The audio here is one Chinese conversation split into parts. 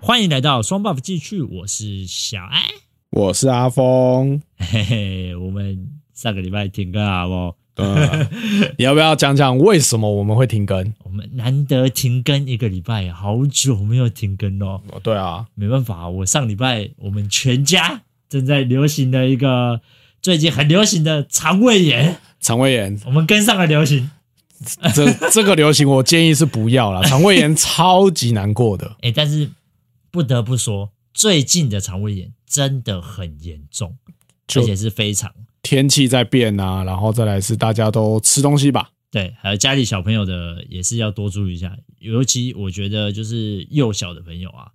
欢迎来到双 buff 继续，我是小安。我是阿峰，嘿嘿，我们上个礼拜停更啊哦好不好？呃， 你要不要讲讲为什么我们会停更？我们难得停更一个礼拜，好久没有停更咯。哦，对啊，没办法，我上礼拜我们全家正在流行的一个最近很流行的肠胃炎，肠胃炎我们跟上了流行。这 这个流行，我建议是不要 啦。肠胃炎超级难过的，哎，但是不得不说，最近的肠胃炎真的很严重，就而且是非常天气在变啊，然后再来是大家都吃东西吧，对，还有家里小朋友的也是要多注意一下，尤其我觉得就是幼小的朋友啊，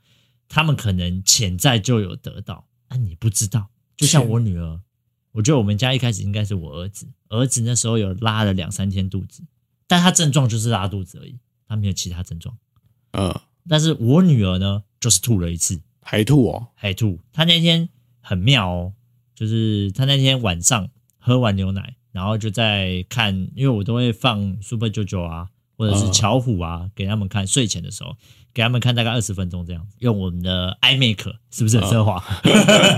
他们可能潜在就有得到，但你不知道。就像是我女儿，我觉得我们家一开始应该是我儿子，儿子那时候有拉了两三天肚子，但他症状就是拉肚子而已，他没有其他症状。嗯，但是我女儿呢，就是吐了一次，还吐哦，海兔，他那天很妙哦，就是他那天晚上喝完牛奶，然后就在看，因为我都会放 Super JoJo 啊，或者是嗯巧虎啊，给他们看睡前的时候，给他们看大概二十分钟这样子，用我们的 iMac 是不是很奢华？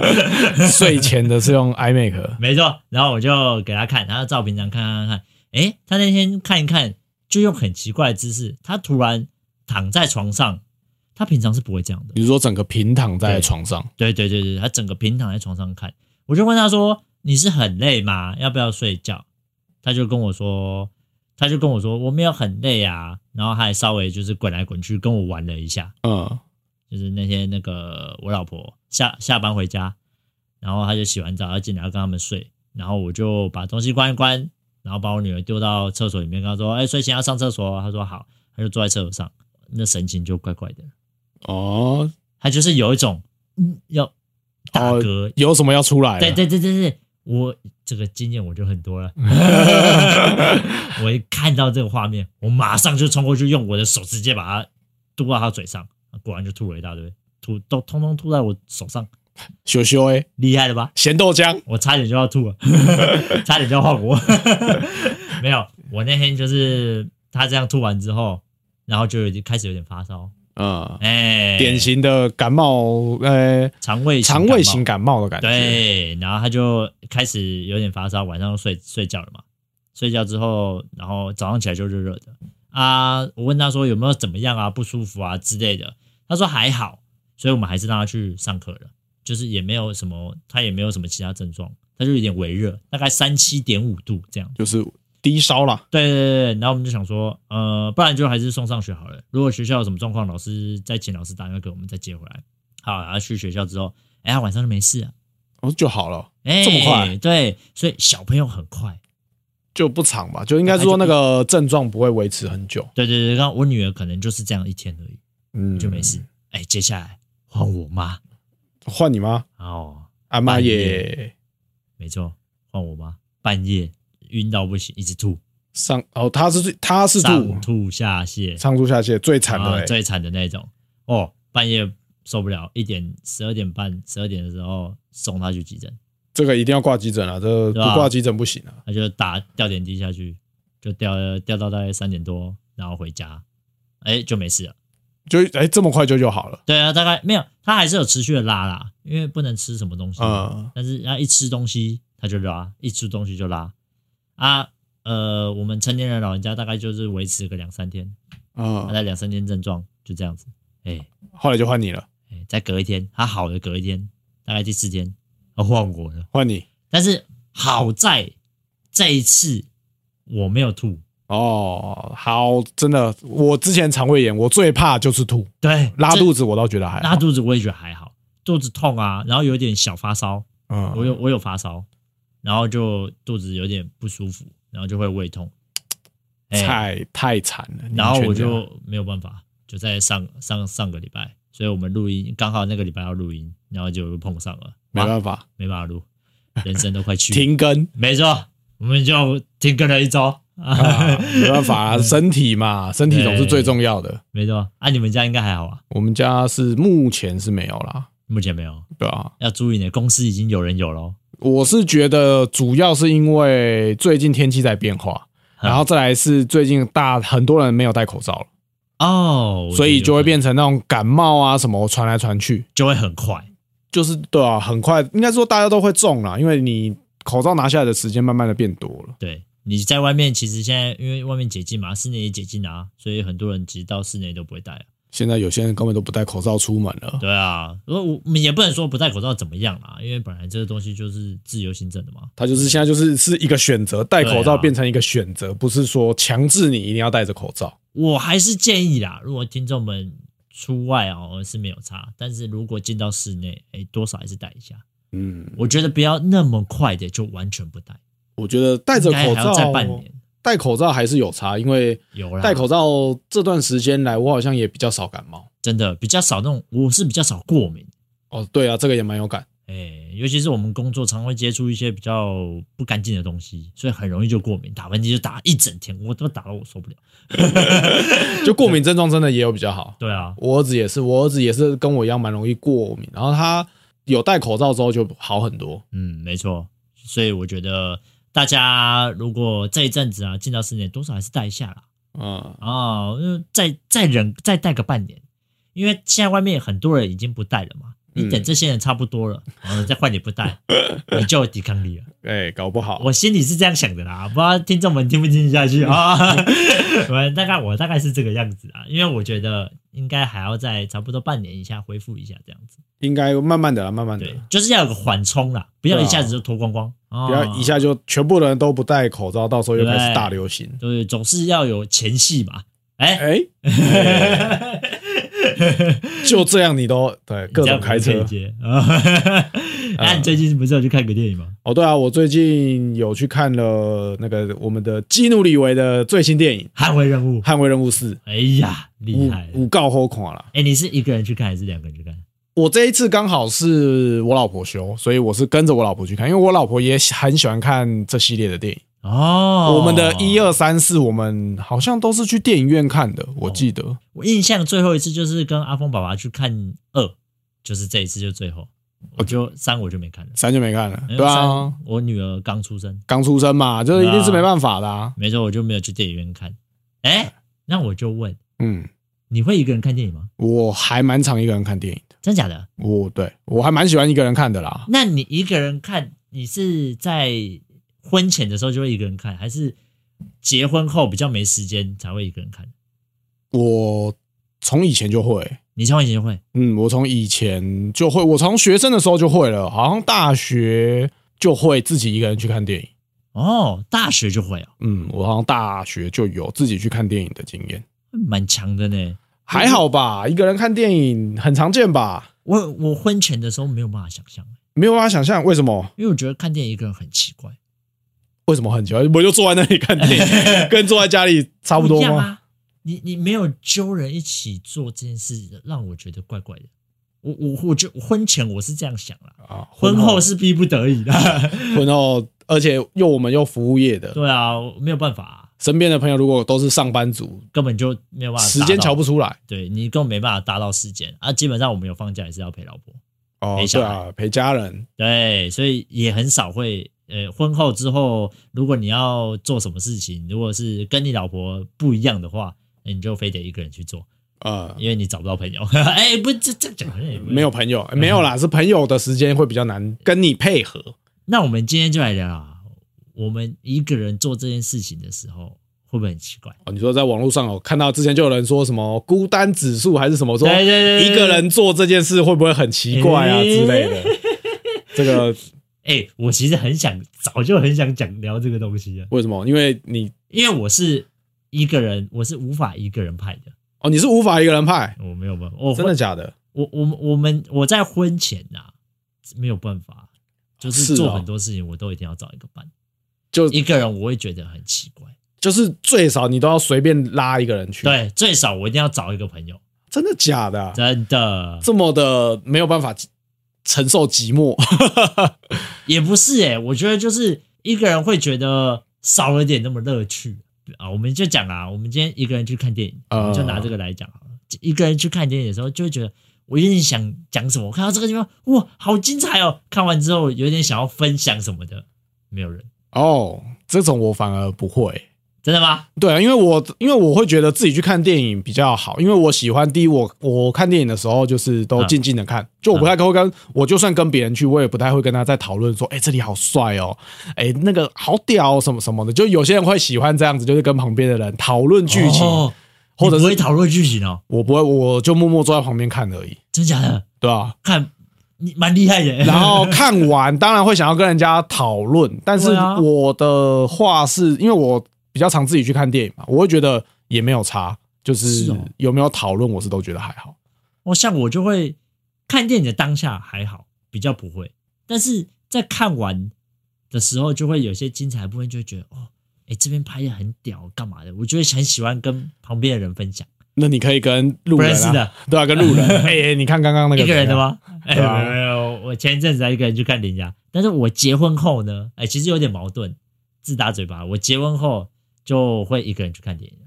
睡前的是 用 iMac，没错，然后我就给他看，他照平常看看看，诶，他那天看一看，就用很奇怪的姿势，他突然躺在床上，他平常是不会这样的。比如说整个平躺在床上，对对对对，他整个平躺在床上看。我就问他说：“你是很累吗？要不要睡觉？”他就跟我说，他就跟我说我没有很累啊，然后还稍微就是滚来滚去跟我玩了一下。嗯，就是那天那个我老婆下下班回家，然后她就洗完澡要进来要跟他们睡，然后我就把东西关一关，然后把我女儿丢到厕所里面，跟她说：“哎、睡前要上厕所哦。”她说：“好。”她就坐在厕所上，那神情就怪怪的，哦，她就是有一种嗯要大哦嗝有什么要出来？啊对，对对对对，我这个经验我就很多 了。 我一看到这个画面，我马上就冲过去，用我的手直接把它嘟到他嘴上，果然就吐了一大堆，吐都通通吐在我手上，羞羞哎，厉害了吧？咸豆浆，我差点就要吐了， 差点就要换我。 没有，我那天就是他这样吐完之后，然后就有点开始有点发烧，嗯，哎，典型的感冒，呃，肠胃型肠胃感冒型感冒的感觉，对，然后他就开始有点发烧，晚上就睡睡觉了嘛。睡觉之后，然后早上起来就热热的啊。我问他说有没有怎么样啊，不舒服啊之类的，他说还好，所以我们还是让他去上课了，就是也没有什么，他也没有什么其他症状，他就有点微热，大概三七点五度这样。就是低烧啦。对对对对，然后我们就想说，呃，不然就还是送上学好了。如果学校有什么状况，老师再请老师打电话给我们，再接回来。好，然后去学校之后，哎，他晚上就没事啊。哦，就好了，哎、这么快对，所以小朋友很快。就不长吧，就应该说那个症状不会维持很久，对对对，刚刚我女儿可能就是这样一天而已，嗯，就没事。。哎、接下来换我妈换你妈，哦，阿妈半夜也没错，换我妈半夜晕到不行，一直吐，上哦，她是最她是吐上吐下泻，上吐下泻最惨的啊欸，最惨的那种。哦，半夜受不了，一点十二点半十二点的时候送她去急诊，这个一定要挂急诊啊，这对啊不挂急诊不行啊。她就打吊点滴下去，就吊吊到大概三点多，然后回家，哎、就没事了。就哎这么快就就好了，对啊，大概没有，他还是有持续的拉啦，因为不能吃什么东西，嗯但是啊他一吃东西他就拉，一吃东西就拉啊。呃，我们成年人老人家大概就是维持个两三天，大嗯，概两三天症状就这样子。哎、后来就换你了，哎、再隔一天，他好了隔一天，大概第四天，他换我了。换你但是好在这一次我没有吐，哦，好，真的，我之前肠胃炎，我最怕就是吐，对，拉这肚子我倒觉得还好拉，肚子我也觉得还好，肚子痛啊，然后有点小发烧，我嗯，有我有发烧，然后就肚子有点不舒服，然后就会胃痛。哎太太惨了，然后你我全家就没有办法，就在上上上个礼拜，所以我们录音刚好那个礼拜要录音，然后就碰上了，没哇办法没办法录，人生都快去 停更，没错，我们就停更了一周。啊，没办法嗯啊，身体嘛，身体总是最重要的。没错，啊，你们家应该还好啊，我们家是目前是没有啦，目前没有，对啊，要注意呢，公司已经有人有喽。我是觉得主要是因为最近天气在变化，嗯然后再来是最近大很多人没有戴口罩了，哦，所以就会我觉得有可能变成那种感冒啊什么传来传去，就会很快。就是对啊，很快应该说大家都会中啦，因为你口罩拿下来的时间慢慢的变多了。对，你在外面其实现在因为外面解禁嘛，室内也解禁啊，所以很多人其实到室内都不会戴啊。现在有些人根本都不戴口罩出门了，对啊，我我们也不能说不戴口罩怎么样啦，因为本来这个东西就是自由行政的嘛。他就是现在就是是一个选择，戴口对罩啊变成一个选择，不是说强制你一定要戴着口罩。我还是建议啦，如果听众们出外哦是没有差，但是如果进到室内，哎，多少还是戴一下。嗯，我觉得不要那么快的就完全不戴，我觉得戴着应该口还要罩再半年。戴口罩还是有差，因为有啦，戴口罩这段时间来，我好像也比较少感冒。真的比较少那种，我是比较少过敏，哦，对啊，这个也蛮 有感。哎、尤其是我们工作常会接触一些比较不干净的东西，所以很容易就过敏，打喷嚏就打一整天，我都打到我受不了。就过敏症状真的也有比较好。对啊，我儿子也是，我儿子也是跟我一样蛮容易过敏，然后他有戴口罩之后就好很多。嗯，没错，所以我觉得大家如果这一阵子啊进到室内，多少还是戴一下啦。嗯，哦，因为再再忍再戴个半年，因为现在外面很多人已经不戴了嘛，你等嗯这些人差不多了，然后再换你不戴，你就有抵抗力了。哎、搞不好我心里是这样想的啦，不知道听众们听不听下去 啊？我大概我大概是这个样子啊，因为我觉得应该还要在差不多半年以下恢复一下这样子，应该慢慢的啦，慢慢的，对，就是要有个缓冲啦，不要对啊一下子就脱光光，哦不嗯要一下就全部人都不戴口罩，到时候又开始大流行。就是总是要有前戏嘛，哎、哎、 就这样你都对哎各种开这样车嗯不可以接。啊那你最近不是有去看个电影吗？哦，对啊，我最近有去看了那个我们的基努里维的最新电影《捍卫任务》。《捍卫任嗯务四》，哎呀，厉五害了！五告后款啦。哎、你是一个人去看还是两个人去看？我这一次刚好是我老婆休，所以我是跟着我老婆去看，因为我老婆也很喜欢看这系列的电影。哦，我们的一二三四，我们好像都是去电影院看的，我记得。我印象最后一次就是跟阿峰爸爸去看二，就是这一次就最后，我就三我就没看了。三就没看了，因为哦对啊哎三，，我女儿刚出生，刚出生嘛，这一定是没办法的、啊。没错，我就没有去电影院看。哎、那我就问，嗯，你会一个人看电影吗？我还蛮常一个人看电影的，真假的？我对我还蛮喜欢一个人看的啦。那你一个人看，你是在婚前的时候就会一个人看，还是结婚后比较没时间才会一个人看？我从以前就会，你结婚前就会？嗯，我从以前就会，我从学生的时候就会了，好像大学就会自己一个人去看电影。哦，大学就会哦，嗯，我好像大学就有自己去看电影的经验，蛮强的呢。还好吧？一个人看电影很常见吧？我我婚前的时候没有办法想象，没有办法想象为什么？因为我觉得看电影一个人很奇怪。为什么很奇怪？我就坐在那里看电影，跟坐在家里差不不多一样吗？啊。你你没有揪人一起做这件事，让我觉得怪怪的。我我我就婚前我是这样想啦，啊，婚后是逼不得已的。婚后，而且又我们又服务业 的，对啊，我没有办法啊、身边的朋友如果都是上班族，根本就没有办法时搭间到瞧不出来对你根本没办法搭到时间啊。基本上我们有放假也是要陪老婆，哦陪。小对孩啊，陪家人，对，所以也很少会。呃，婚后之后，如果你要做什么事情，如果是跟你老婆不一样的话，那你就非得一个人去做，呃，因为你找不到朋友。 哎、不，这这讲好像也不没有朋友，嗯没有啦，是朋友的时间会比较难跟你配合。那我们今天就来聊啊，我们一个人做这件事情的时候，会不会很奇怪？哦，你说在网络上哦，看到之前就有人说什么孤单指数还是什么，说对对对对一个人做这件事会不会很奇怪啊诶之类的。 这个哎、我其实很想，早就很想讲聊这个东西了，为什么？因为你因为我是一个人，我是无法一个人派的，哦，你是无法一个人派，我没有办法，我真的假的？我我们我们我在婚前呐、没有办法，就是是做哦很多事情我都一定要找一个伴，就一个人我会觉得很奇怪。就是最少你都要随便拉一个人去，，对，最少我一定要找一个朋友，真的假的啊？真的这么的没有办法承受寂寞， 也不是哎、我觉得就是一个人会觉得少了点那么乐趣啊。我们就讲啊，我们今天一个人去看电影，我呃们就拿这个来讲好了。嗯一个人去看电影的时候，就会觉得我有点想讲什么，我看到这个地方，哇，好精彩哦！看完之后有点想要分享什么的，没有人，哦，这种我反而不会，真的吗？对啊，因为我因为我会觉得自己去看电影比较好，因为我喜欢第一，我我看电影的时候就是都静静的看，就我不太会跟，我就算跟别人去，我也不太会跟他在讨论说，哎、这里好帅哦，哎、那个好屌、哦、什么什么的。就有些人会喜欢这样子，就是跟旁边的人讨论剧情，哦或者你不会是讨论剧情哦，我不会，我就默默坐在旁边看而已，真假的？对啊。看你蛮厉害 的，然后看完，当然会想要跟人家讨论，但是对啊我的话是因为我比较常自己去看电影嘛，我会觉得也没有差，就是是哦有没有讨论，我是都觉得还好。我像我就会看电影的当下还好，比较不会，但是在看完的时候，就会有些精彩的部分，就会觉得哦，哎、这边拍的很屌，干嘛的？我就会很喜欢跟旁边的人分享，那你可以跟路不人认识啊，的对啊，跟路 人，哎、哎你看刚刚那个一个人的怎么样？吗？哎、对啊没有没有，我前一阵子还一个人去看人家，但是我结婚后呢，哎、其实有点矛盾，自打嘴巴。我结婚后就会一个人去看电影，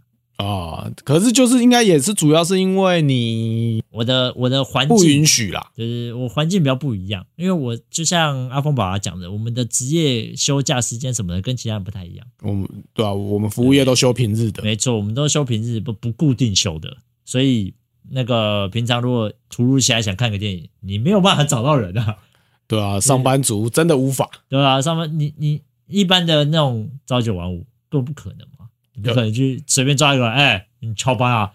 啊、可是就是应该也是主要是因为你我的我的环不境允许啦，就是我环境比较不一样，因为我就像阿峰爸爸讲的，我们的职业休假时间什么的跟其他人不太一样。我们对啊，我们服务业都休平日的，没错，我们都休平日不不固定休的，所以那个平常如果突如其来想看个电影，你没有办法找到人啊， 对啊，上班族真的无法，对吧、上班你你一般的那种朝九晚五都不可能嘛，你不可能去随便抓一个人，哎、你翘班啊，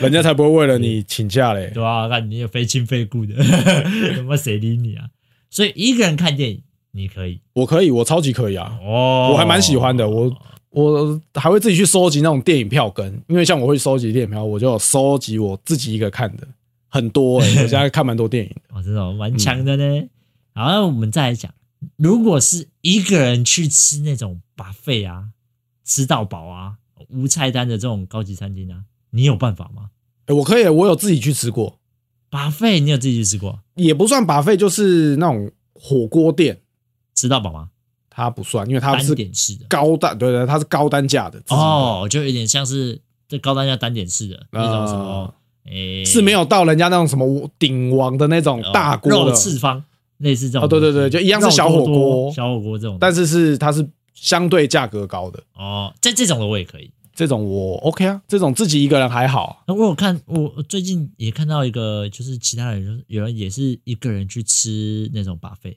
人家才不会为了你请假嘞。对吧、那你也非亲非故的， 他妈谁理你啊？所以一个人看电影你可以我可以，我超级可以啊，哦，我还蛮喜欢的我我还会自己去收集那种电影票根，因为像我会收集电影票，我就有收集我自己一个看的很 多、欸，我现在看蛮多电影的。哦，真的哦蛮强的呢。好，那我们再来讲，如果是一个人去吃那种 buffet 啊，吃到饱啊，无菜单的这种高级餐厅啊，你有办法吗欸我可以，我有自己去吃过， ？buffet 你有自己去吃过也不算把费，就是那种火锅店，吃到饱吗？它不算，因为它单是点式的高单，对对，它是高单价的自己的，哦，就有点像是这高单价单点式的那种什么，诶、啊是没有到人家那种什么顶王的那种哦大锅肉的，翅方类似这种哦对对东西对就一样是小火锅肉多多小火锅这种，但是是它是相对价格高的，哦，在这种的我也可以。这种我 OK 啊，这种自己一个人还好，那我有看，我我最近也看到一个，就是其他人就是有人也是一个人去吃那种 buffet，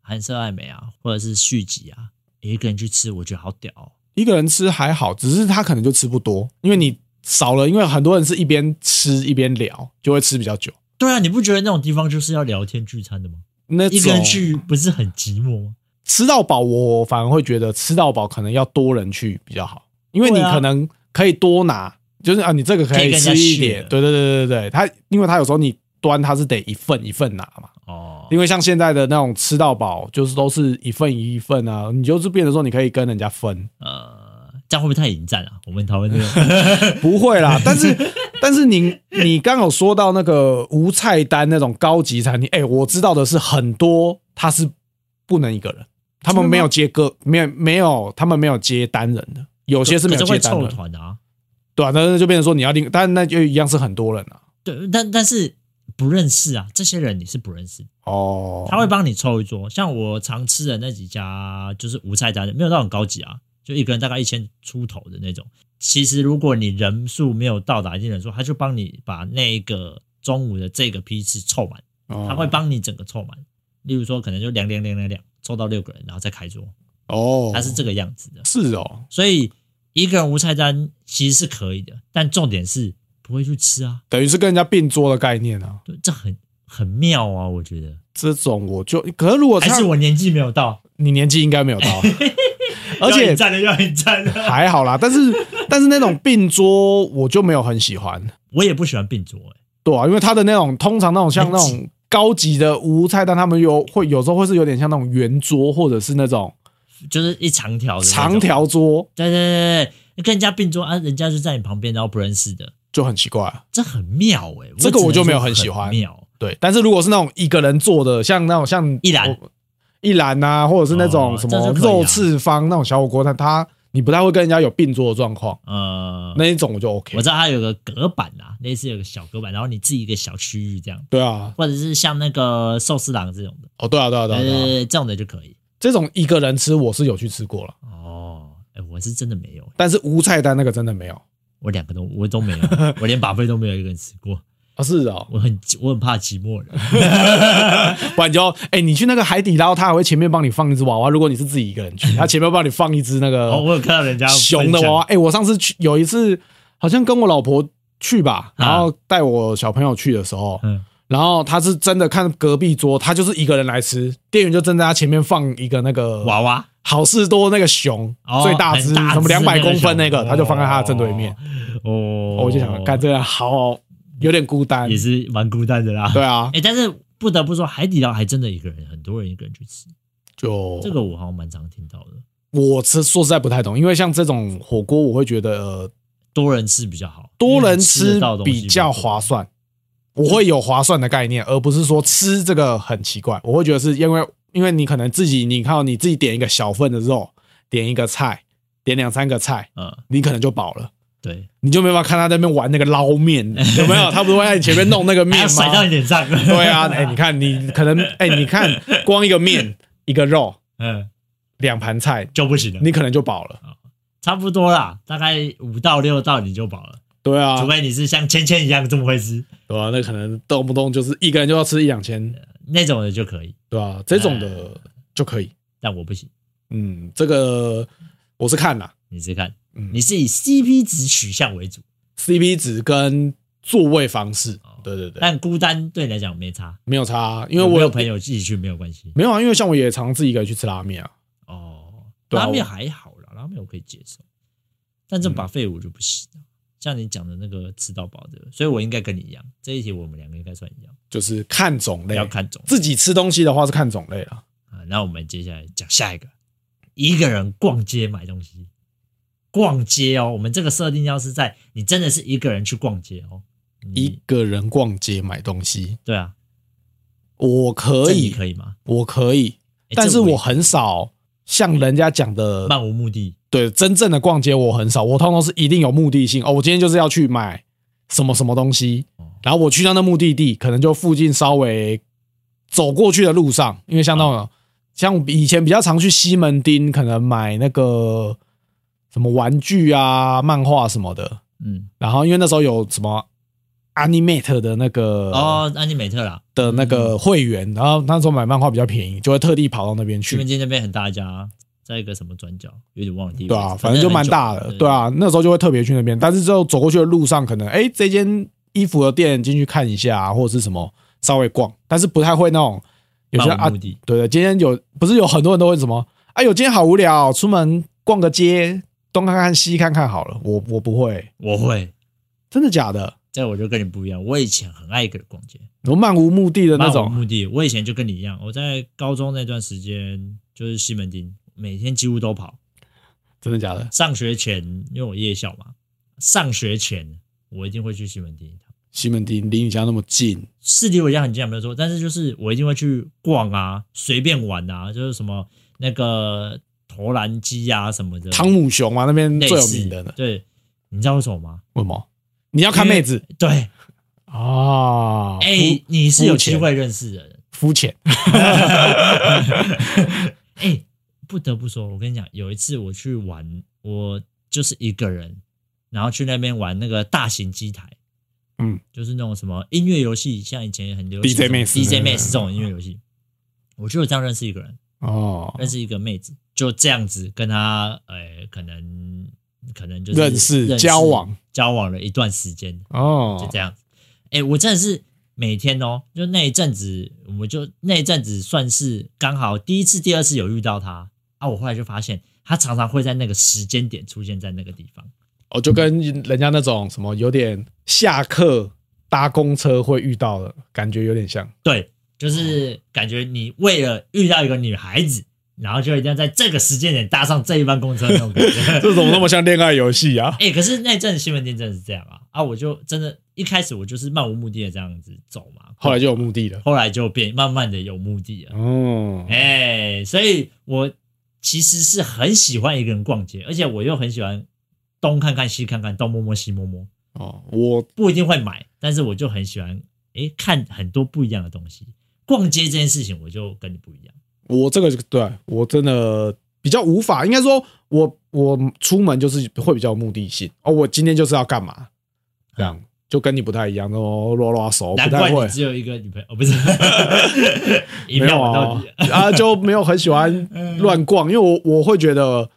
韩式爱美啊，或者是续集啊，一个人去吃，我觉得好屌、哦。一个人吃还好，只是他可能就吃不多，因为你少了，因为很多人是一边吃一边聊，就会吃比较久。对啊，你不觉得那种地方就是要聊天聚餐的吗？那一个人种去不是很寂寞吗？吃到饱，我反而会觉得吃到饱可能要多人去比较好，因为你对啊可能可以多拿，就是啊，你这个可可以以跟人家吃一续点的，对对对对对，他因为他有时候你端他是得一份一份拿嘛，哦，因为像现在的那种吃到饱，就是都是一份一份啊，你就是变得说你可以跟人家分，呃，这样会不会太引战啊？我们讨论这个，不 会啦，但是。但是你你刚有说到那个无菜单那种高级餐厅，哎、我知道的是很多他是不能一个人，他真的们吗没有接个没有没有，他们没有接单人的， 有些是没 可有会接单凑人的，团啊。对啊，但是就变成说你要另，但那就一样是很多人啊。对，但但是不认识啊，这些人你是不认识的哦，他会帮你凑一桌。像我常吃的那几家，就是无菜单的，没有到很高级啊，就一个人大概一千出头的那种。其实如果你人数没有到达一定人数，他就帮你把那一个中午的这个批次凑满，他他会帮你整个凑满。例如说，可能就两两两两两凑到六个人，然后再开桌，哦，他是这个样子的。是哦，所以一个人无菜单其实是可以的，但重点是不会去吃啊，等于是跟人家并桌的概念啊。对，这很很妙啊，我觉得。这种我就可是如果还他是我年纪没有到，你年纪应该没有到，啊 而且站的要你站的。还好啦，但是 但是那种并桌我就没有很喜欢。我也不喜欢并桌、欸，对啊，因为它的那种通常那种像那很种高级的无菜单，他们有会有时候会是有点像那种圆桌或者是那种就是一长条的那种长。条桌，对对对对对，跟人家并桌啊，人家就在你旁边，然后不认识的，就很奇怪、啊。这很妙哎、欸。这个我就只能说没有很喜欢很妙对，但是如果是那种一个人做的，像那种像一兰一兰啊，或者是那种哦什这么就可以啊肉翅方那种小火锅，但它你不太会跟人家有并桌的状况，呃，那一种我就 OK 我。知道它有个隔板啊，类似有个小隔板，然后你自己一个小区域这样，对啊，或者是像那个寿司郎这种的，哦对啊对啊对啊，呃对啊，这种的就可以这种一个人吃我是有去吃过了，哦。哎、我是真的没有，但是无菜单那个真的没有我两个都我都没有，我连把费都没有一个人吃过，啊，是哦，我很我很怕寂寞人。不然你就哎、你去那个海底捞，他还会前面帮你放一只娃娃。如果你是自己一个人去，他前面帮你放一只那个哦，我有看到人家熊的分享娃娃。哎、我上次去有一次，好像跟我老婆去吧，然后带我小朋友去的时候，嗯然后他是真的看隔壁桌，他就是一个人来吃，店员就站在他前面放一个那个娃娃，好事多那个熊、哦最大很只，大什么只两百那个公分熊那个，他就放在他的正对面。哦，我就想，干这个好有点孤单也，是蛮孤单的 啦。对啊哎、，但是不得不说，海底捞还真的一个人，很多人一个人去吃，就这个我好像蛮常听到的，我是说实在不太懂，因为像这种火锅，我会觉得、呃多人吃比较好，多人因为吃得到的东西比较多划算，我会有划算的概念，而不是说吃这个很奇怪。我会觉得是因为因为你可能自己，你看你自己点一个小份的肉，点一个菜，点两三个菜，嗯，你可能就饱了。对，你就没办法看他在那边玩那个捞面，有没有？他不是会在你前面弄那个还面要 吗？甩到你脸上， 对啊，哎、你看你可能，哎、你看光一个面一个肉 嗯，两盘菜，就不行了，你可能就饱了。差不多啦，大概五到六道你就饱了，对啊除，非你是像芊芊一样这么会吃，对啊，那可能动不动就是一个人就要吃一两千，那种的就可以，对啊，这种的哎就可以。但我不行。嗯，这个我是看啦你是看，嗯你是以 CP 值取向为主， ，CP 值跟座位方式，对对对，但孤单对你来讲没差，没有差啊，因哦为有我没有朋友自己去没有关系。没有啊，因为像我也常自己一个人去吃拉面啊，哦，对啊嗯拉面还好啦，拉面我可以接受，但这把费我就不行了。像你讲的那个吃到饱的，所以我应该跟你一样，这一题我们两个应该算一样，就是看种类要，看种自己吃东西的话是看种类啦。啊。那我们接下来讲下一个，一个人逛街买东西，逛街哦，我们这个设定要是在你真的是一个人去逛街哦，你一个人逛街买东西，对啊，我可这你以，可以吗？我可以，诶但这是也我很少像人家讲的，漫无目的，对真正的逛街我很少，我通常是一定有目的性哦，我今天就是要去买什么什么东西哦，然后我去到那目的地，可能就附近稍微走过去的路上，因为像那啊种像以前比较常去西门町，可能买那个什么玩具啊、漫画什么的，嗯，然后因为那时候有什么 Animate 的那个哦，安妮美特啦，的那个会员，然后那时候买漫画比较便宜，就会特地跑到那边西门去。町那边很大一家，在一个什么转角，有点忘了地对方。啊，反正就蛮大很的久，对，啊，那时候就会特别去那边，但是之后走过去的路上，可能哎、这间衣服的店进去看一下、啊或者是什么稍微逛，但是不太会那种有些漫啊无目，的。对对，今天有不是有很多人都会什么，哎呦今天好无聊，出门逛个街，东看看西看看好了，我我不会，我会，真的假的？这我就跟你不一样。我以前很爱一个人逛街，我漫无目的的那漫无种，目的。我以前就跟你一样，我在高中那段时间就是西门町，每天几乎都跑。真的假的？上学前，因为我夜校嘛，上学前我一定会去西门町一趟。西门町离你家那么近，是离我家很近，啊没有错，但是就是我一定会去逛啊，随便玩啊，就是什么那个投篮机啊什么的，汤姆熊嘛那边类最有似名的呢，对，你知道为什么吗？为什么？你要看妹子对，啊？哎、你是有肤浅机会认识的人。肤浅，哎、不得不说，我跟你讲，有一次我去玩，我就是一个人，然后去那边玩那个大型机台，嗯，就是那种什么音乐游戏，像以前也很流行 DJ 这种 Max 嗯 DJ Max 这种音乐游戏。我就这样认识一个人，哦，认识一个妹子，就这样子跟她，呃，可能可能就是认识交往交往了一段时间，就哦，这样。哎、我真的是每天哦，就那一阵子，我就那一阵子算是刚好第一次、第二次有遇到他啊。我后来就发现，他常常会在那个时间点出现在那个地方。哦，就跟人家那种什么有点下课搭公车会遇到的感觉有点像，对，就是感觉你为了遇到一个女孩子，然后就一定要在这个时间点搭上这一班公车那种感 觉。这怎么那么像恋爱游戏啊？哎、可是那阵新闻店真的是这样啊啊！我就真的，一开始我就是漫无目的的这样子走嘛，后来就有目的了，后来就变慢慢的有目的了。哦，哎、所以我其实是很喜欢一个人逛街，而且我又很喜欢东看看西看看，东摸摸西摸摸，哦，我不一定会买，但是我就很喜欢哎、看很多不一样的东西。逛街这件事情，我就跟你不一样。我这个对我真的比较无法，应该说我我出门就是会比较有目的性哦，我今天就是要干嘛，这样就跟你不太一样哦，拉拉手难不怪太会你只有一个女朋友，哦、 不是一没票有往到嗯啊底。啊，就没有很喜 欢乱逛，因为我我会觉得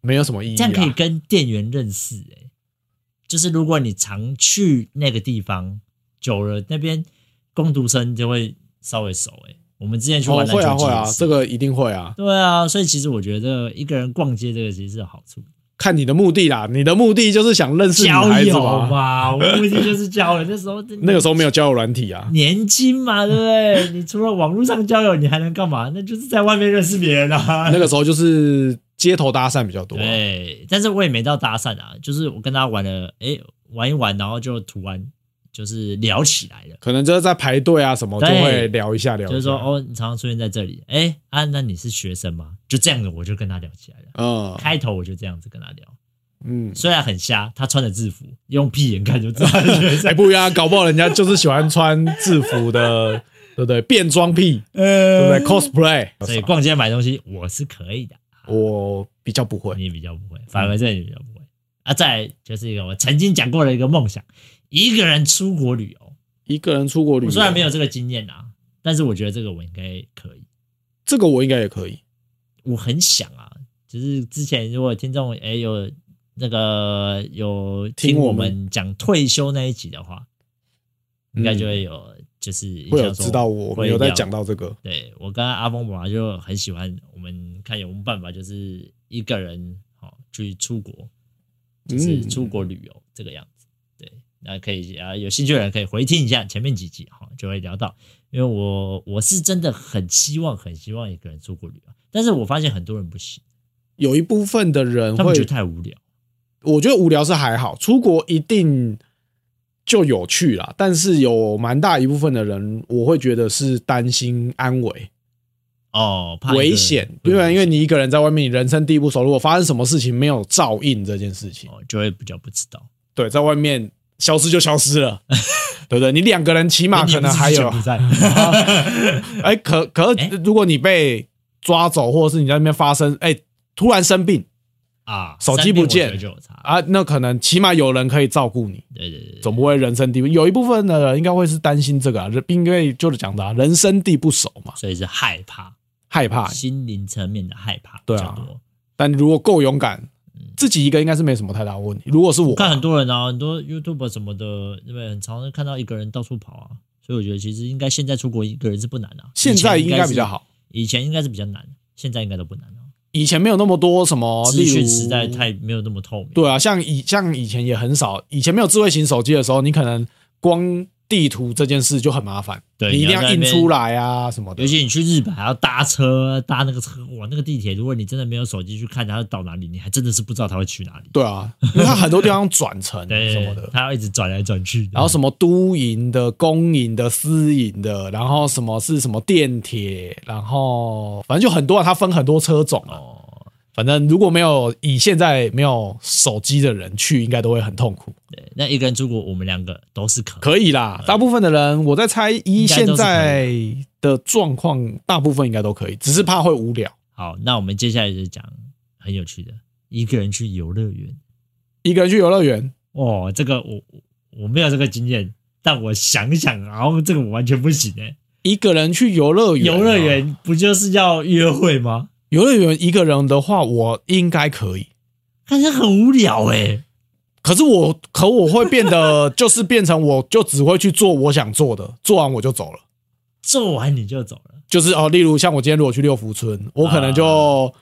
没有什么意义、啊。这样可以跟店员认识哎、就是如果你常去那个地方久了，那边工读生就会稍微熟哎、我们之前去哦玩篮会啊球会季啊也，是这个一定会啊，对啊，所以其实我觉得一个人逛街这个其实是有好处的，看你的目的啦，你的目的就是想认识女交孩子友啊嘛。嘛，我目的就是交友。那时候那个时候没有交友软体啊，年轻嘛，对不 对？你除了网络上交友，你还能干嘛？那就是在外面认识别人啊那。个时候就是街头搭讪比较多啊、对，但是我也没到搭讪啊，就是我跟他玩了，哎，玩一玩，然后就突然就是聊起来了，可能就是在排队啊什么就对会聊一下聊一下，就是说哦，你常常出现在这里，哎啊，那你是学生吗？就这样的，我就跟他聊起来了。嗯开头我就这样子跟他聊，嗯，虽然很瞎，他穿着制服，用屁眼看就知道他是学哎、 生。不一样，搞不好人家就是喜欢穿制服的， 对不对？变装癖，对不呃对？cosplay， 所以逛街买东西我是可以的，啊我比较不会。你比较不会，反而这里比较不会。啊，再来就是一个我曾经讲过的一个梦想，一个人出国旅游。一个人出国旅我游，虽然没有这个经验啊，但是我觉得这个我应该可以。这个，我应该也可以。我很想啊，就是之前如果听众哎有那个有听听我我们们讲退休那一集的话，应该就会有就是会有想说知道我会没有在聊讲到这个，对我跟阿峰爸就很喜欢，我们看有没有办法，就是一个人哦去出国，就嗯是出国旅游这个样子。对，那可以啊，有兴趣的人可以回听一下前面几集哈、哦，就会聊到。因为我我是真的很希望，很希望一个人出国旅游，但是我发现很多人不行，有一部分的人他们会觉得太无聊。我觉得无聊是还好，出国一定就有趣啦。但是有蛮大一部分的人，我会觉得是担心安危、哦，怕一个危险，对因为因为你一个人在外面，你人生地不熟，如果发生什么事情没有照应这件事情，哦就会比较不知道。对，在外面消失就消失 了，对不对？你两个人起码你可也不能是还有柬 埔，寨哎， 可可哎如果你被抓走，或者是你在那边发生，哎，突然生病啊，手机三遍不见我觉得就有差。啊，那可能起码有人可以照顾你。对对对对，总不会人生地不有一部分的人应该会是担心这个啊，人因为就是讲的、啊、人生地不熟嘛，所以是害怕。害怕。心灵层面的害怕比对较啊多。但如果够勇敢，自己一个应该是没什么太大问题。如果是我嗯我，看很多人啊，很多 YouTube 什么的，对不对？很常看到一个人到处跑啊，所以我觉得其实应该现在出国一个人是不难啊。现在以前应该比较是，好，以前应该是比较难，现在应该都不难了、以前没有那么多什么资哦例如讯时代太没有那么透明。对啊，像以像以前也很少，以前没有智慧型手机的时候，你可能光地图这件事就很麻烦，对你一定你要要在印那边出来啊什么的尤。其你去日本还要搭车，搭那个车，哇，那个地铁，如果你真的没有手机去看它要到哪里，你还真的是不知道它会去哪里。对啊，因为它很多地方转乘 对，什么的，它要一直转来转去的。然后什么都营的、公营的、私营的，然后什么是什么电铁，然后反正就很多啊，它分很多车种啊。哦，反正如果没有以现在没有手机的人去，应该都会很痛苦。对，那一个人出国，我们两个都是可以可以啦，大部分的人我在猜，依应该现都是可以在的状况，大部分应该都可以，只是怕会无聊。好，那我们接下来就讲很有趣的，一个人去游乐园。一个人去游乐园，哦，这个我我我没有这个经验，但我想想，然后这个我完全不行哎、一个人哦去游乐园，游乐，园不就是要约会吗？游乐园一个人的话，我应该可以。但是很无聊哎、可是我，可我会变得， 就是变成我就只会去做我想做的，做完我就走了。做完你就走了，就是哦，例如像我今天如果去六福村，我可能就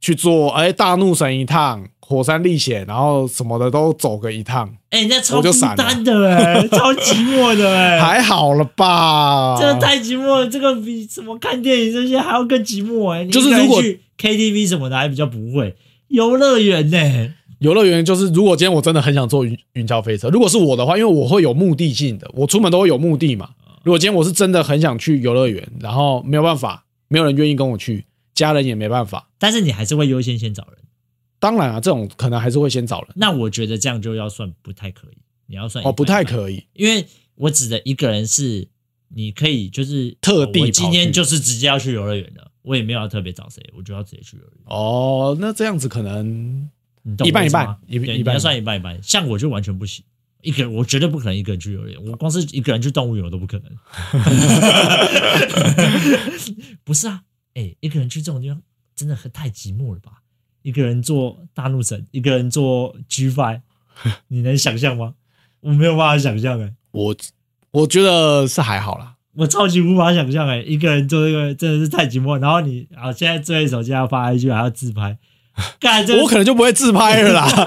去做哎、大怒神一趟，火山历险，然后什么的都走个一趟，哎、那超我就孤闪了单的哎、超寂寞的哎、还好了吧？这个太寂寞了，这个比什么看电影这些还要更寂寞哎、你就是一个人如果去 KTV 什么的还比较不会，游乐园欸呢、游乐园就是，如果今天我真的很想坐云云霄飞车，如果是我的话，因为我会有目的性的，我出门都会有目的嘛。如果今天我是真的很想去游乐园，然后没有办法，没有人愿意跟我去，家人也没办法，但是你还是会优先先找人。当然啊，这种可能还是会先找人。那我觉得这样就要算不太可以，你要算哦，一半不太一半，可以。因为我指的一个人是你可以就是哦特地我今跑去天就是直接要去游乐园了，我也没有要特别找谁，我就要直接去而已。哦，那这样子可能你懂一半我意思一半吗一对一你半要一算一半一半。像我就完全不行，一个人我绝对不可能一个人去游乐园，我光是一个人去动物园我都不可能。 不是啊，哎、一个人去这种地方真的很太寂寞了吧？一个人坐大怒神，一个人坐 G Five，你 能想象吗？我没有办法想象哎、我我觉得是还好啦。我超级无法想象哎、一个人做这个真的是太寂寞。然后你啊，现在最手机还要发 IG，还要自拍，干这我可能就不会自拍 了啦，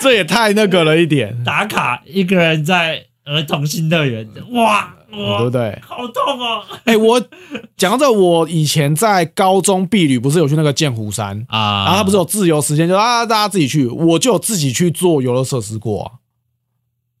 这也太那个了一点，打卡一个人在儿童新乐园，哇对不哇，对？好痛哦！哎、我讲到这，我以前在高中毕旅不是有去那个剑湖山，啊然后他不是有自由时间，就啊大家自己去，我就有自己去做游乐设施过、啊，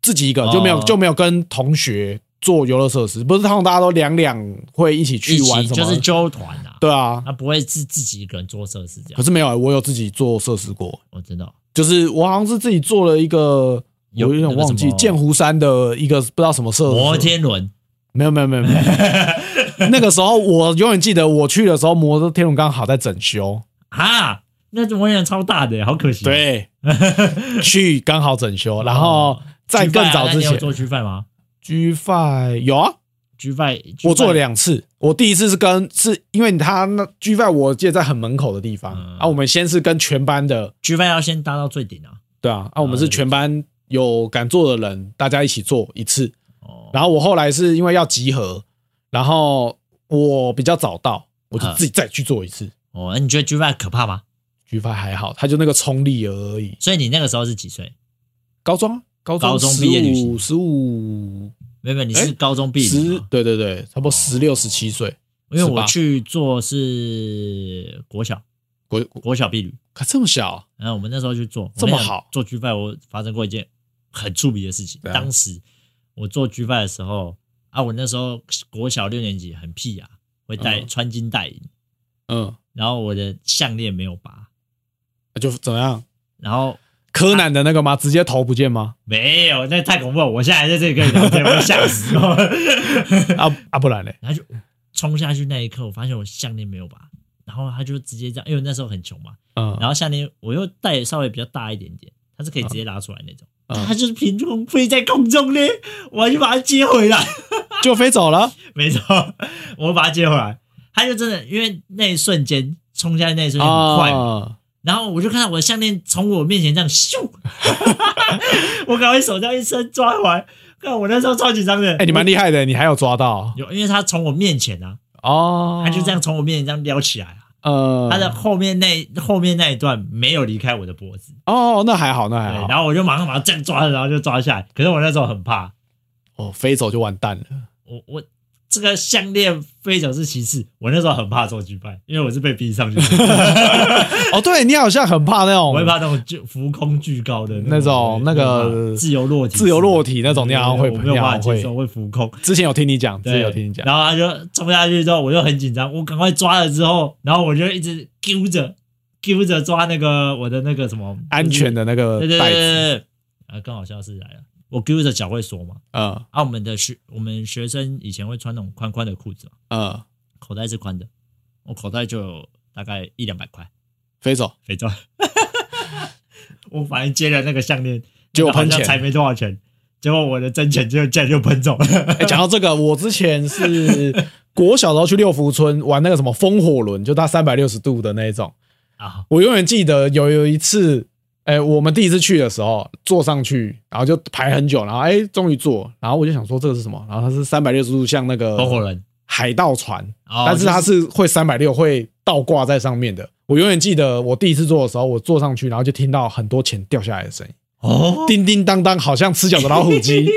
自己一个哦就没有、就没有跟同学做游乐设施，不是通常大家都两两会一起去一玩起什么，就是揪团啊，对啊，他不会是自己一个人做设施这可 样。是没有、我有自己做设施过，我知道，就是我好像是自己做了一个。有我有点忘那记个什么剑湖山的一个不知道什么设施，摩天轮没有没有没有 没有，那个时候我永远记得我去的时候，摩托天龙刚好在整修，啊，那摩天轮超大的，好可惜。，对， 去刚好整修，然哦后在更早啊之你有前做 G Five 吗，G Five 有啊， ？G Five 我做了两次，我第一次是跟是因为他那 G Five 我记得在很门口的地方嗯啊，我们先是跟全班的， G Five 要先搭到最顶啊。对啊，啊我们是全班有敢做的人，大家一起做一次，哦，然后我后来是因为要集合，然后我比较早到，我嗯就自己再去做一次。哦，那你觉得 G Five 可怕吗？ G 发还好，他就那个冲力而已。所以你那个时候是几岁？高中啊，高高中十毕业旅行五十五没有，没有，你是哎高中毕业哦十吗，对对对，差不多十六十七岁。因为我18去做是国小国国小毕旅。可这么小，然后我们那时候去做，这么我跟你讲好啊做 G f 我发生过一件很出名的事情。怎样当时我做 G f 的时候啊，我那时候国小六年级很屁啊，会带嗯穿金戴银，嗯，然后我的项链没有拔，就怎么样？然后柯南的那啊个吗？直接头不见吗？没有，那太恐怖了。我现在还在这里跟你聊天，我吓死了。 啊啊，不然嘞？然后就冲下去那一刻，我发现我项链没有拔，然后他就直接这样，因为那时候很穷嘛，嗯然后项链我又戴稍微比较大一点点，它是可以直接拉出来那种。嗯它就是凭空飞在空中呢，我还去把它接回来。 就飞走了。没错，我把它接回来，它就真的因为那一瞬间冲下去那一瞬间很嗯快嘛，啊，然后我就看到我的项链从我面前这样咻， 我赶快手这样一伸抓回来。看我那时候超紧张的，哎，你蛮厉害的，你还有抓到有，因为它从我面前啊，哦。它就这样，从我面前这样撩起来啊。呃，它的后面那后面那一段没有离开我的脖子，哦，那还好，那还对，好。然后我就马上把它这样抓着，然后就抓下来。可是我那时候很怕，哦，飞走就完蛋了。我我这个项链飞走是其次，我那时候很怕做举办，因为我是被逼上去的， 哦，对你好像很怕那种，我会怕那种就浮空巨高的那种那个怕自由落体、自由落体那种，你好像会，我没有办法你好像接受，会浮空。之前有听你讲，之前对，有听你讲，然后他就冲下去之后，我就很紧张，我赶快抓了之后，然后我就一直揪着揪着抓那个我的那个什么安全，的那个就是对对袋对子，对对，啊，更好笑的是来了，我揪着脚会缩嘛，嗯啊，我们的学我们学生以前会穿那种宽宽的裤子嘛，嗯，口袋是宽的，我口袋就有大概一两百块飞走，肥皂。 我反正接了那个项链，结那个果好喷像钱才没多少钱，结果我的真钱就竟然就喷走了。 哎，讲到这个，我之前是 国小时候去六福村玩那个什么风火轮，就它三百六十度的那一种。啊，我永远记得有有一次，哎、我们第一次去的时候坐上去，然后就排很久，然后哎、终于坐，然后我就想说这个是什么？然后它是三百六十度，像那合伙个人，海盗船，哦但是就它是会三百六会倒挂在上面的。我永远记得我第一次坐的时候，我坐上去，然后就听到很多钱掉下来的声音，哦，叮叮当当，好像吃饺子老 虎机。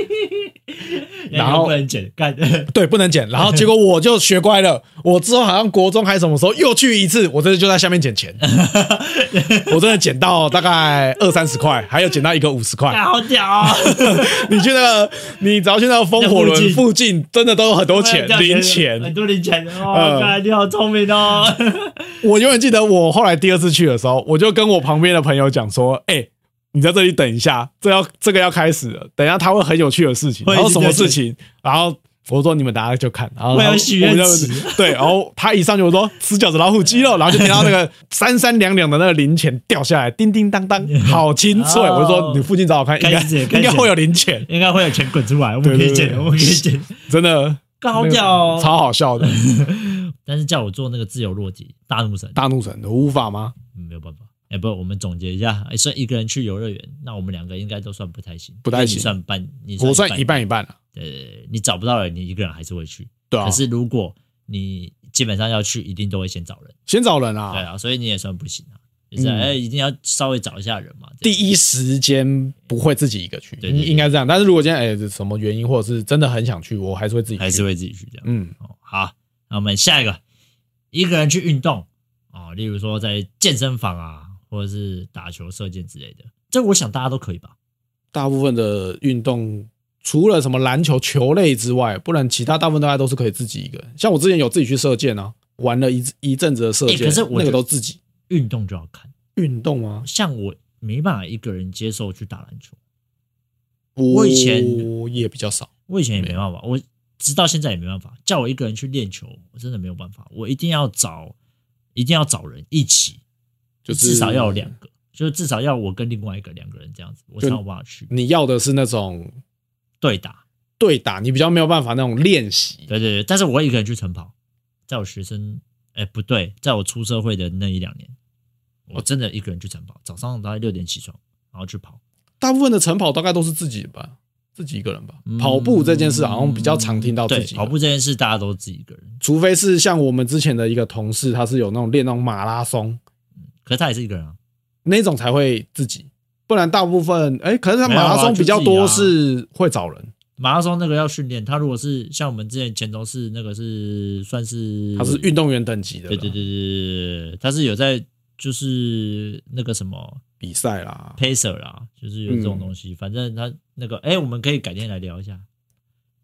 然后哎不能剪干，对，不能捡。然后结果我就学乖了，我之后好像国中还是什么时候又去一次，我真的就在下面 捡钱，我真的捡到大概二三十块，还有捡到一个五十 块。干好屌啊！你去那个，你只要去那个风那火附轮近附近，真的都有很多 钱这样零很钱。多零钱哦嗯，干你好聪明哦！ 我永远记得，我后来第二次去的时候，我就跟我旁边的朋友讲说：“哎、你在这里等一下，这要这个要开始了，等一下他会很有趣的事情。”会一然直后什在么这事里情？然后我说你们大家就看，然后我有他许愿我们就池对，然后他一上去我说吃饺子老虎鸡肉，然后就听到那个三三两两的那个零钱掉下来，叮叮当当，好清脆。 哦我就说你附近找找看，应该开始应该开始会有零钱，应该会有钱滚出来，我们可对以对剪，对我们可以剪，真的高调哦。超好笑的。但是叫我做那个自由落体大怒神，大怒神的无法吗？嗯没有办法。哎、不，我们总结一下，哎，算一个人去游乐园，那我们两个应该都算不太行，不太因为你行算半，你我算算一半一半啊，呃，你找不到人，你一个人还是会去。对啊可，是如果你基本上要去，一定都会先找人，先找人对啊，啊，所以你也算不行啊，就是哎、嗯一定要稍微找一下人嘛。这第样一时间不会自己一个去，对对应对应该是这样。但是如果今天哎什么原因，或者是真的很想去，我还是会自己去，还是会自己去这样。嗯，哦，好，那我们下一个，一个人去运动哦，例如说在健身房啊，或者是打球、射箭之类的，这我想大家都可以吧？大部分的运动除了什么篮球球类之外，不然其他大部分大家都是可以自己一个人。像我之前有自己去射箭啊，玩了一一阵子的射箭，欸可是我那觉得个都自己运动就要看，运动吗？像我没办法一个人接受去打篮球，我以前也比较少，我以前也没办法，我直到现在也没办法，叫我一个人去练球，我真的没有办法，我一定要找，一定要找人一起，就是至少要有两个，就是至少要我跟另外一个两个人这样子，我才就有办法去你要的是那种对打。对打，你比较没有办法那种练习。对对对，但是我会一个人去晨跑，在我学生，哎不对，在我出社会的那一两年，我真的一个人去晨跑，早上大概六点起床，然后去跑。大部分的晨跑大概都是自己吧，自己一个人吧。嗯跑步这件事好像比较常听到自对，己一个跑人步这件事大家都自己一个人，除非是像我们之前的一个同事，他是有那种练那种马拉松可是他也是一个人啊。那种才会自己，不然大部分哎、可是他没有马啊拉松比较就多自是会找人，马拉松那个要训练，他如果是像我们之前前同事那个是算啊是他是运动员等级的啦，对对对对对对，他是有在就是那个什么比赛啦， pacer 啦，就是有这种嗯东西。反正他那个，哎，我们可以改天来聊一下，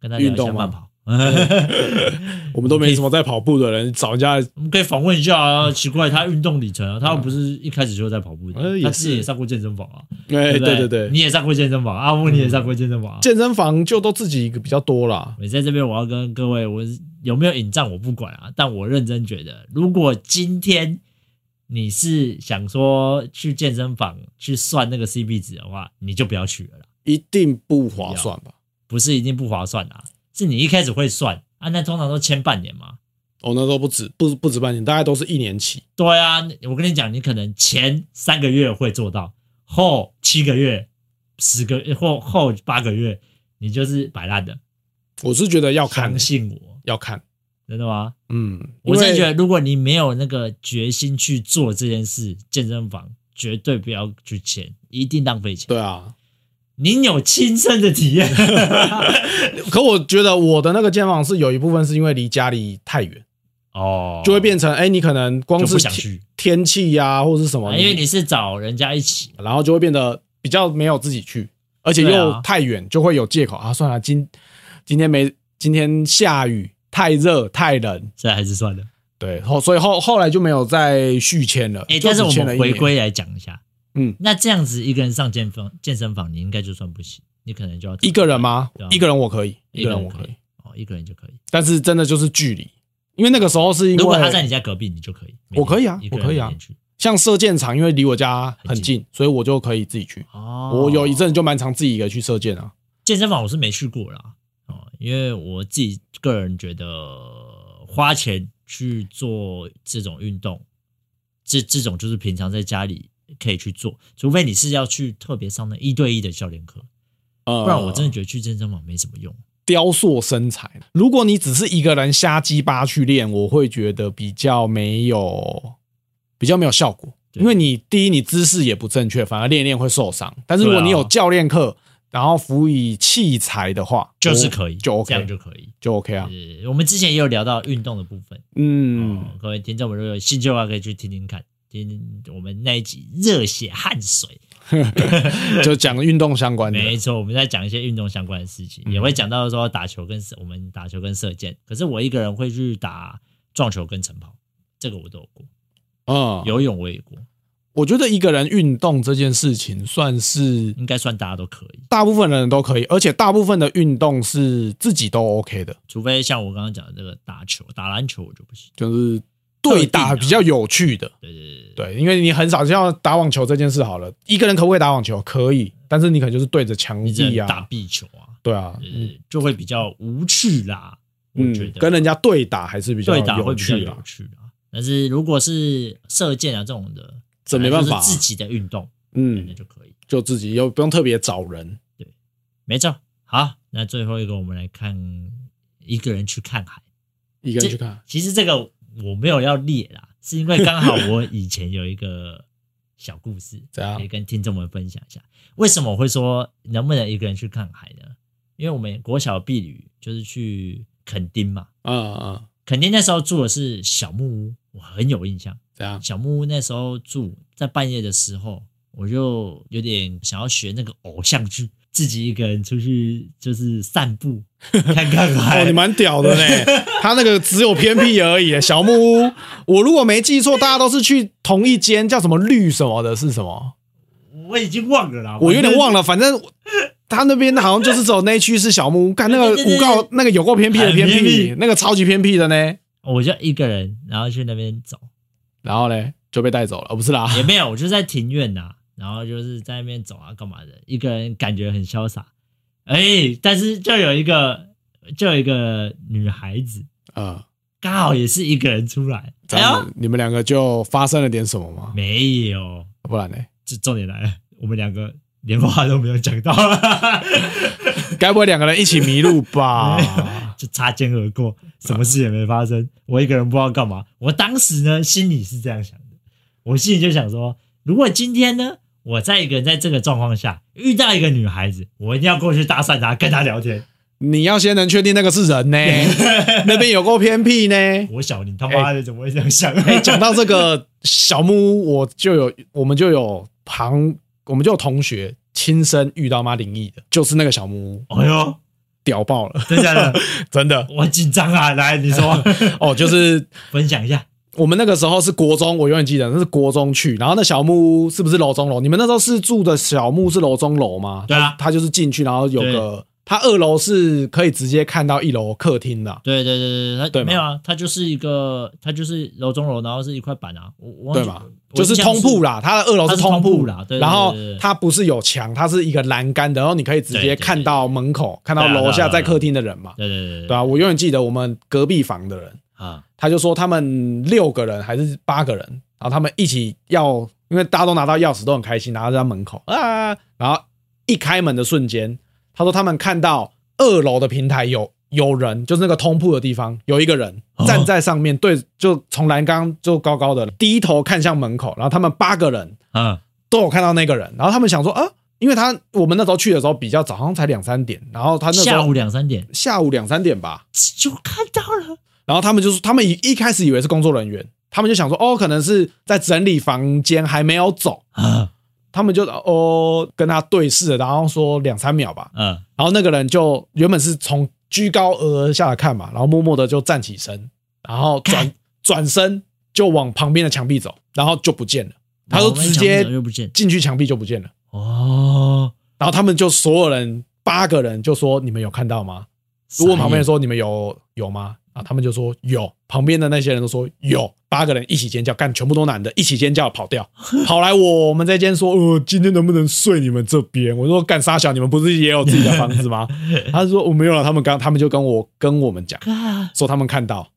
跟他聊运一下动吗慢跑。我我们都没什么在跑步的人找人家， 哎们可以访问一下啊，奇怪，他运动里程啊，他又不是一开始就在跑步的呃，也他自己是也上过健身房啊，哎、不对对对对，你也上过健身房，阿木你也上过健身房啊。健身房就都自己一个比较多啦，我在这边我要跟各位，我是有没有引战我不管啊，但我认真觉得，如果今天你是想说去健身房去算那个 CP 值的话，你就不要去了啦，一定不划算吧？不是一定不划算啊，是你一开始会算啊，那通常都签半年嘛。哦，那都不止不不止半年，大概都是一年起，对啊，我跟你讲，你可能前三个月会做到，后七个月、十个月或后八个月，你就是摆烂的。我是觉得要看相信我，要看，真的吗？嗯，我真的觉因为得，如果你没有那个决心去做这件事，健身房绝对不要去签，一定浪费钱。对啊，您有亲身的体验， 可我觉得我的那个健身房是有一部分是因为离家里太远，哦，就会变成哎、你可能光就是不想天去天气呀、或者是什么，啊因为你是找人家一起，然后就会变得比较没有自己去，而且对啊又太远，就会有借口啊。算了，今今天没今天下雨，太热太冷，所以还是算了。对后所以后后来就没有再续签了。哎、就但是只我签了们一年回归来讲一下，嗯，那这样子一个人上健身健身房，你应该就算不行，你可能就要一个人？吗对啊？一个人我可以，一个人我可可以以，，哦，一个人就可以。但是真的就是距离，因为那个时候是因如果他在为你家隔壁，你就可以。我可以啊每天我可以啊。一个人每天去像射箭场，因为离我家很很近，所以我就可以自己去。哦，我有一阵就蛮常自己一个人去射箭啊。健身房我是没去过啦，哦，因为我自己个人觉得花钱去做这种运动，这这种就是平常在家里可以去做，除非你是要去特别上那一对一的教练课，呃不然我真的觉得去健身房没什么用。雕塑身材。如果你只是一个人瞎鸡巴去练，我会觉得比较没有比较没有效果，对因为你第一你姿势也不正确，反而练一练会受伤。但是如果对啊你有教练课，然后辅以器材的话，就是我可以，就这样 OK 就可以。就 OK 啊。呃，我们之前也有聊到运动的部分，嗯，哦，各位听众们如果有兴趣的话，可以去听听看，听我们那一集热血汗水，就讲运动相关的。嗯没错，我们在讲一些运动相关的事情，也会讲到说打球跟射我们打球跟射箭。可是我一个人会去打撞球跟晨跑，这个我都有过，嗯，游泳我也过。我觉得一个人运动这件事情算是应该算大家都可以，大部分人都可以，而且大部分的运动是自己都 OK 的，除非像我刚刚讲的这个打球、打篮球我就不行。就是对打比较有趣的。对对对对对，因为你很少像打网球这件事好了，一个人可不可以打网球？可以，但是你可能就是对着墙你只壁能打啊，壁球啊，对啊，呃，就会比较无趣啦。我嗯觉，得跟人家对打还是比较对打会有比较趣啊有的。趣啦。但是如果是射箭啊这种的，这没办法本啊来就是自己的运动那嗯，就可以。就自己又不用特别找人。没错，好，那最后一个我们来看一个人去看海。一个人去看，其实这个我没有要列啦，是因为刚好我以前有一个小故事，怎样可以跟听众们分享一下。为什么我会说能不能一个人去看海呢？因为我们国小避旅就是去垦丁嘛，嗯嗯，垦丁那时候住的是小木屋，我很有印象。怎样？小木屋那时候住在半夜的时候，我就有点想要学那个偶像剧，自己一个人出去就是散 步，看看海。哦，你蛮屌的嘞！ 他那个只有偏僻而已，小木屋。我如果没记错，大家都是去同一间叫什么绿什么的，是什么？我已经忘了啦，我有点了。忘了，反正他那边好像就是只有那一区是小 木屋，看那个对对对五告那个有够偏僻的很偏偏僻僻，那个超级偏僻的呢。我就一个人，然后去那边走，然后嘞就被带走了，哦不是啦，也没有，我就在庭院呐、然后就是在那边走啊，干嘛的，一个人感觉很潇洒。哎、但是就有一个，就有一个女孩子，嗯，刚好也是一个人出来。这哎样呦子，你们两个就发生了点什么吗？没有，不然呢？这重点来了，我们两个连话都没有讲到，该不会两个人一起迷路 吧？ 就擦肩而过，什么事也没发生。我一个人不知道干嘛。我当时呢，心里是这样想的，我心里就想说，如果今天呢，我在一个人在这个状况下遇到一个女孩子，我一定要过去搭讪她，跟她聊天。你要先能确定那个是人呢，那边有够偏僻呢。我想你他妈的怎么会这样想？ 哎，讲到这个小木屋，我就有我们就有旁我们就有同学亲身遇到妈灵异的，就是那个小木屋，哎呦，屌爆了， 真的假的？ 真的我紧张啊！来，你说，哦，就是。分享一下。我们那个时候是国中，我永远记得那是国中去，然后那小木屋是不是楼中楼？你们那时候是住的小木是楼中楼吗？对啊它它就是进去，然后有个它二楼是可以直接看到一楼客厅的，啊对对对对，对它嘛没有啊，它就是一个，它就是楼中楼，然后是一块板啊，我我忘对记嘛？我就是通铺啦，啦，它的二楼它是通通铺啦对对对然后对对对它不是有墙，它是一个栏杆的，然后你可以直对接对对看到门口，看到对啊楼对下啊在对啊客厅的人嘛，对对对对啊，我永远记得我们隔壁房的人，啊，他就说他们六个人还是八个人，然后他们一起要，因为大家都拿到钥匙都很开心，然后就在门口啊，然后一开门的瞬间，他说他们看到二楼的平台有有人，就是那个通铺的地方有一个人哦站在上面，对，就从栏杆就高高的低头看向门口，然后他们八个人嗯，都有看到那个人，然后他们想说啊，因为他我们那时候去的时候比较早，好像才两三点，然后他那时下候午两三点下午两三点吧，就看到了，然后他们就说，他们一一开始以为是工作人员，他们就想说，哦，可能是在整理房间还没有走，啊，他们就哦跟他对视了，然后说两三秒吧，嗯，然后那个人就原本是从居高而下来看嘛，然后默默的就站起身，然后转转身就往旁边的墙壁走，然后就不见了，他就我们直墙接壁早就不见进去墙壁就不见了，哦。然后他们就所有人八个人就说，你们有看到吗？我问旁边人说：“你们有有吗？”啊，他们就说有。旁边的那些人都说有，八个人一起尖叫，干，全部都男的，一起尖叫跑 掉，跑来我们这间说，呃，今天能不能睡你们这边？我说干啥小，你们不是也有自己的房 子吗？他就说哦我、没有了，他们刚他们就跟我跟我们讲，啊，说他们看到，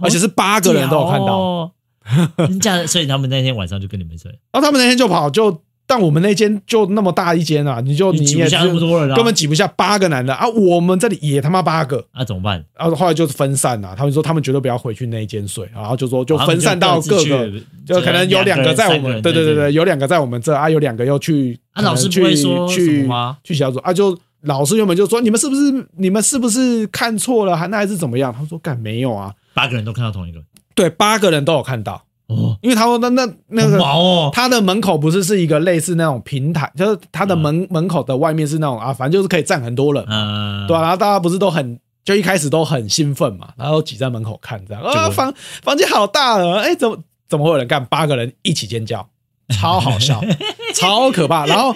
而且是八八个人都有看哦到，到，真假的？所以他们那天晚上就跟你们 睡，然后他们那天就跑，就但我们那间就那么大一间啊，你就你你挤也不下那么就多人啊，根本挤不下八个男的啊，我们这里也他妈八个，啊怎么办？然后后来就是分散啦、他们说他们绝对不要回去那一间睡，然后就说就分散到各哦他们，就个各自去就可能有两个在我们，对对对对，，有两个在我们这啊，有两个又去，啊老师可能去不会说什去么吗去小组啊，就老师原本就说你们是不是你们是不是看错了，还那还是怎么样？他们说干没有啊，八个人都看到同一个，对，八个人都有看到，哦，因为他说那那那好个毛哦，他的门口不是是一个类似那种平台，就是他的门、门口的外面是那种啊，反正就是可以站很多人嘛嗯，对啊，然后大家不是都很就一开始都很兴奋嘛，然后挤在门口看这样结啊，果房房间好大了，哎，怎么怎么会有人干八个人一起尖叫？超好笑， 超可怕。然后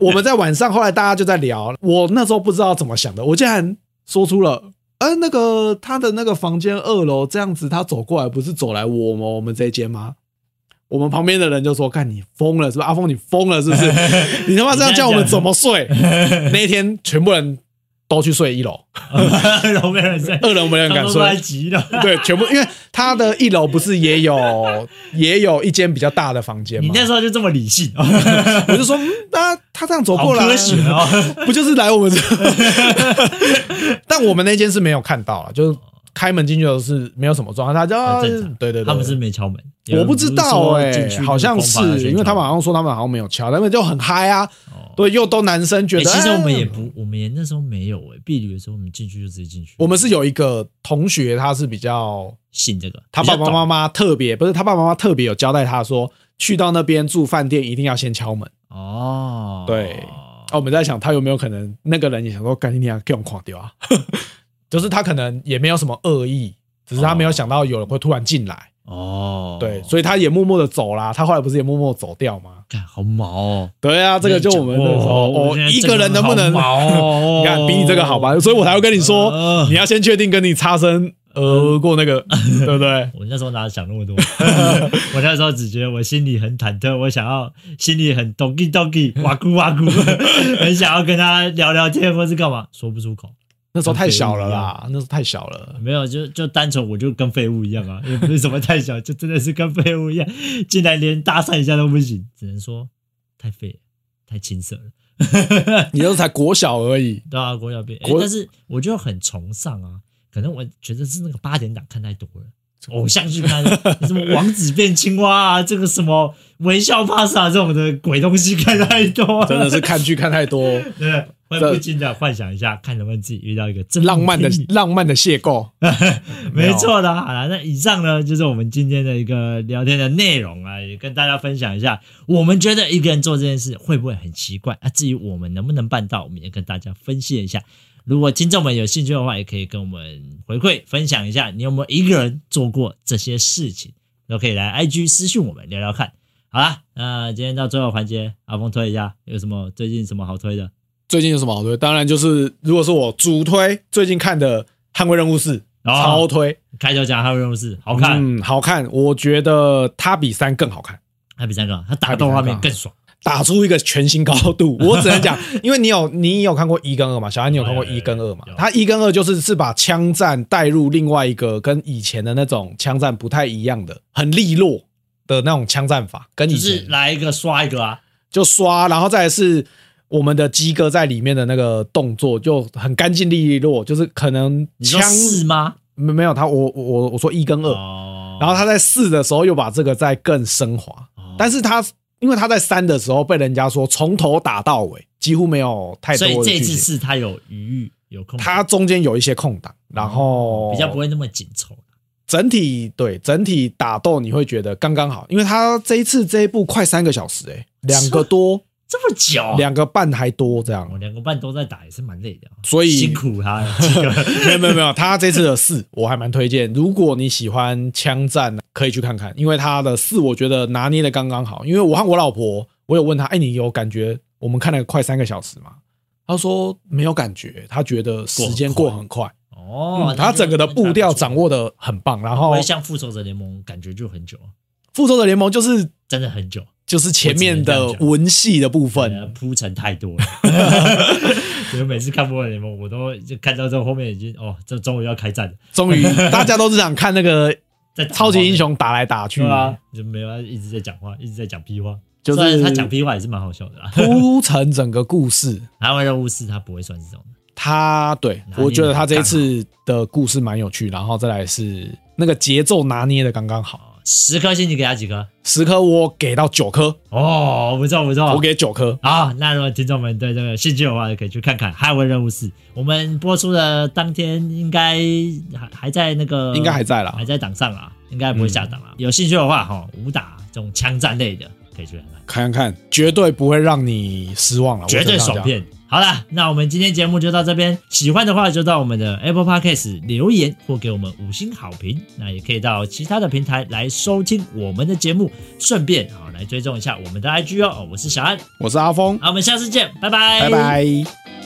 我们在晚上，后来大家就在聊，我那时候不知道怎么想的，我竟然说出了，呃，那个他的那个房间二楼这样子，他走过来不是走来我们我们这一间吗？我们旁边的人就说：“看你疯了是吧？阿峰你疯了是不是？你他妈这样叫我们怎 么睡？”那一天全部人都去睡一楼，然后没人睡，二楼没人他敢们都睡来。急了。对，全部因为他的一楼不是也有也有一间比较大的房间你吗？那时候就这么理性，哦我就说，嗯，那他这样走好过来，科学哦。不就是来我 们这？但我们那间是没有看到了，就是开门进去的是没有什么状况，他就、很啊啊正常对对对，他们是没敲门，我不知道哎、哎、好像是因为他们好像说他们好像没有敲，他们就很嗨啊，哦对，又都男生觉欸得，其实我们哎也不，我们也那时候没有哎、欸，避旅的时候我们进去就直接进去。我们是有一个同学，他是比较信这个，他爸爸妈妈妈特别不是他爸爸妈妈特别有交代他说，去到那边住饭店一定要先敲门。哦，对哦，我们在想他有没有可能那个人也想说，赶紧你啊，给我们垮掉啊， 就是他可能也没有什么恶意，只是他没有想到有人会突然进来，哦，对，所以他也默默的走啦。他后来不是也默默地走掉吗？看好毛哦，对啊，这个就我们那时候哦哦，一个人能不能？？毛哦 你看比你这个好吧，所以我才会跟你说，呃你要先确定跟你擦身而过 那个，对不对？我那时候哪想那么多， 我那时候只觉得我心里很忐忑，我想要心里很 doki doki 哇咕哇咕， 很想要跟他聊聊天或是干嘛，说不出口。那时候太小了啦，那时候太小了。没有，就就单纯我就跟废物一样啊，也不是什么太小，就真的是跟废物一样，竟然连搭讪一下都不行，只能说太废了，太青涩了。你那时候才国小而已，对啊，国小毕业，诶国但是我就很崇尚啊，可能我觉得是那个八点档看太多了。偶像剧看 什么王子变青蛙啊，这个什么微笑 pass 啊这种的鬼东西看太多了，真的是看剧看太多，对，会这不禁的幻想一下，看能不能自己遇到一个真浪漫 的命天女浪漫的邂逅。没错的，好了，那以上呢就是我们今天的一个聊天的内容啊，也跟大家分享一下，我们觉得一个人做这件事会不会很奇怪啊？至于我们能不能办到，我们也跟大家分析一下。如果听众们有兴趣的话，也可以跟我们回馈分享一下，你有没有一个人做过这些事情，都可以来 IG 私讯我们聊聊看。好啦，那今天到最后环节，阿峰推一下，有什么最近什么好推的？最近有什么好推？当然就是，如果是我主推，最近看的《捍卫任务四》哦超推，开头讲《还有任务四》，好看，嗯，好看，我觉得它比三更好看，还比三个，他打斗画面更爽。打出一个全新高 度。我只能讲，因为你有你有看过一跟二嘛，小安你有看过一跟二嘛哦有有有？它一跟二就是是把枪战带入另外一个跟以前的那种枪战不太一样的，很利落的那种枪战法，跟以就前是来一个刷一个啊，就刷，然后再来是我们的鸡哥在里面的那个动作就很干净利落，就是可能你说枪是吗？没没有他，我我我我说一跟二、哦然后他在四的时候又把这个再更升华，哦但是他因为他在三的时候被人家说从头打到尾，几乎没有太所以多的这一剧次情，是他有余裕有空，他哦中间有一些空档，然后哦比较不会那么紧凑。整体对整体打斗你会觉得刚刚好，因为他这一次这一部快三个小时诶、欸两个多这么久，两个半还多这样我，两个半都在打，也是蛮累的啊，所以辛苦他了。这 个没有没有没有，他这次的四我还蛮推荐，如果你喜欢枪战，可以去看看，因为他的四我觉得拿捏的刚刚好。因为我和我老婆，我有问她，哎、你有感觉我们看了快三个小时吗？她说没有感觉，她觉得时间过很快。哦嗯，他整个的步调掌握，握的很棒。然不后会《像复仇者联盟，感觉就很久，啊复仇者联盟》就是真的很久，就是前面我的只能这样讲文戏的部可分，能铺陈太多 了。 所以每次看复仇者联盟，我都就看到这后面已经哦，这终于要开战了，终于大家都是想看那个在超级英雄打来打去 对，啊，就没有一直在讲话，一直在讲屁话。就是虽然他讲屁话也是蛮好笑的啦。铺成整个故事。台湾任务四 他不会算这种的，他对拿捏我觉得得他这一刚好次的故事蛮有趣，然后再来是那个节奏拿捏的刚刚好。哦十颗星你给他几颗？十颗我给到九颗，哦，不错不错，我给九颗。好，那如果听众们对这个有兴趣的话，可以去看看《捍卫任务四》。我们播出的当天应该还还在那个，应该还在啦啊嗯还在档上啦，应该不会下档啦。有兴趣的话，哈，武打这种枪战类的可以去看看，看看看，绝对不会让你失望了，绝对我只能这爽样片，好啦，那我们今天节目就到这边。喜欢的话就到我们的 Apple Podcast 留言或给我们五星好评。那也可以到其他的平台来收听我们的节目，顺便好哦来追踪一下我们的 IG 哦。我是小安，我是阿峰，好，我们下次见，拜拜拜。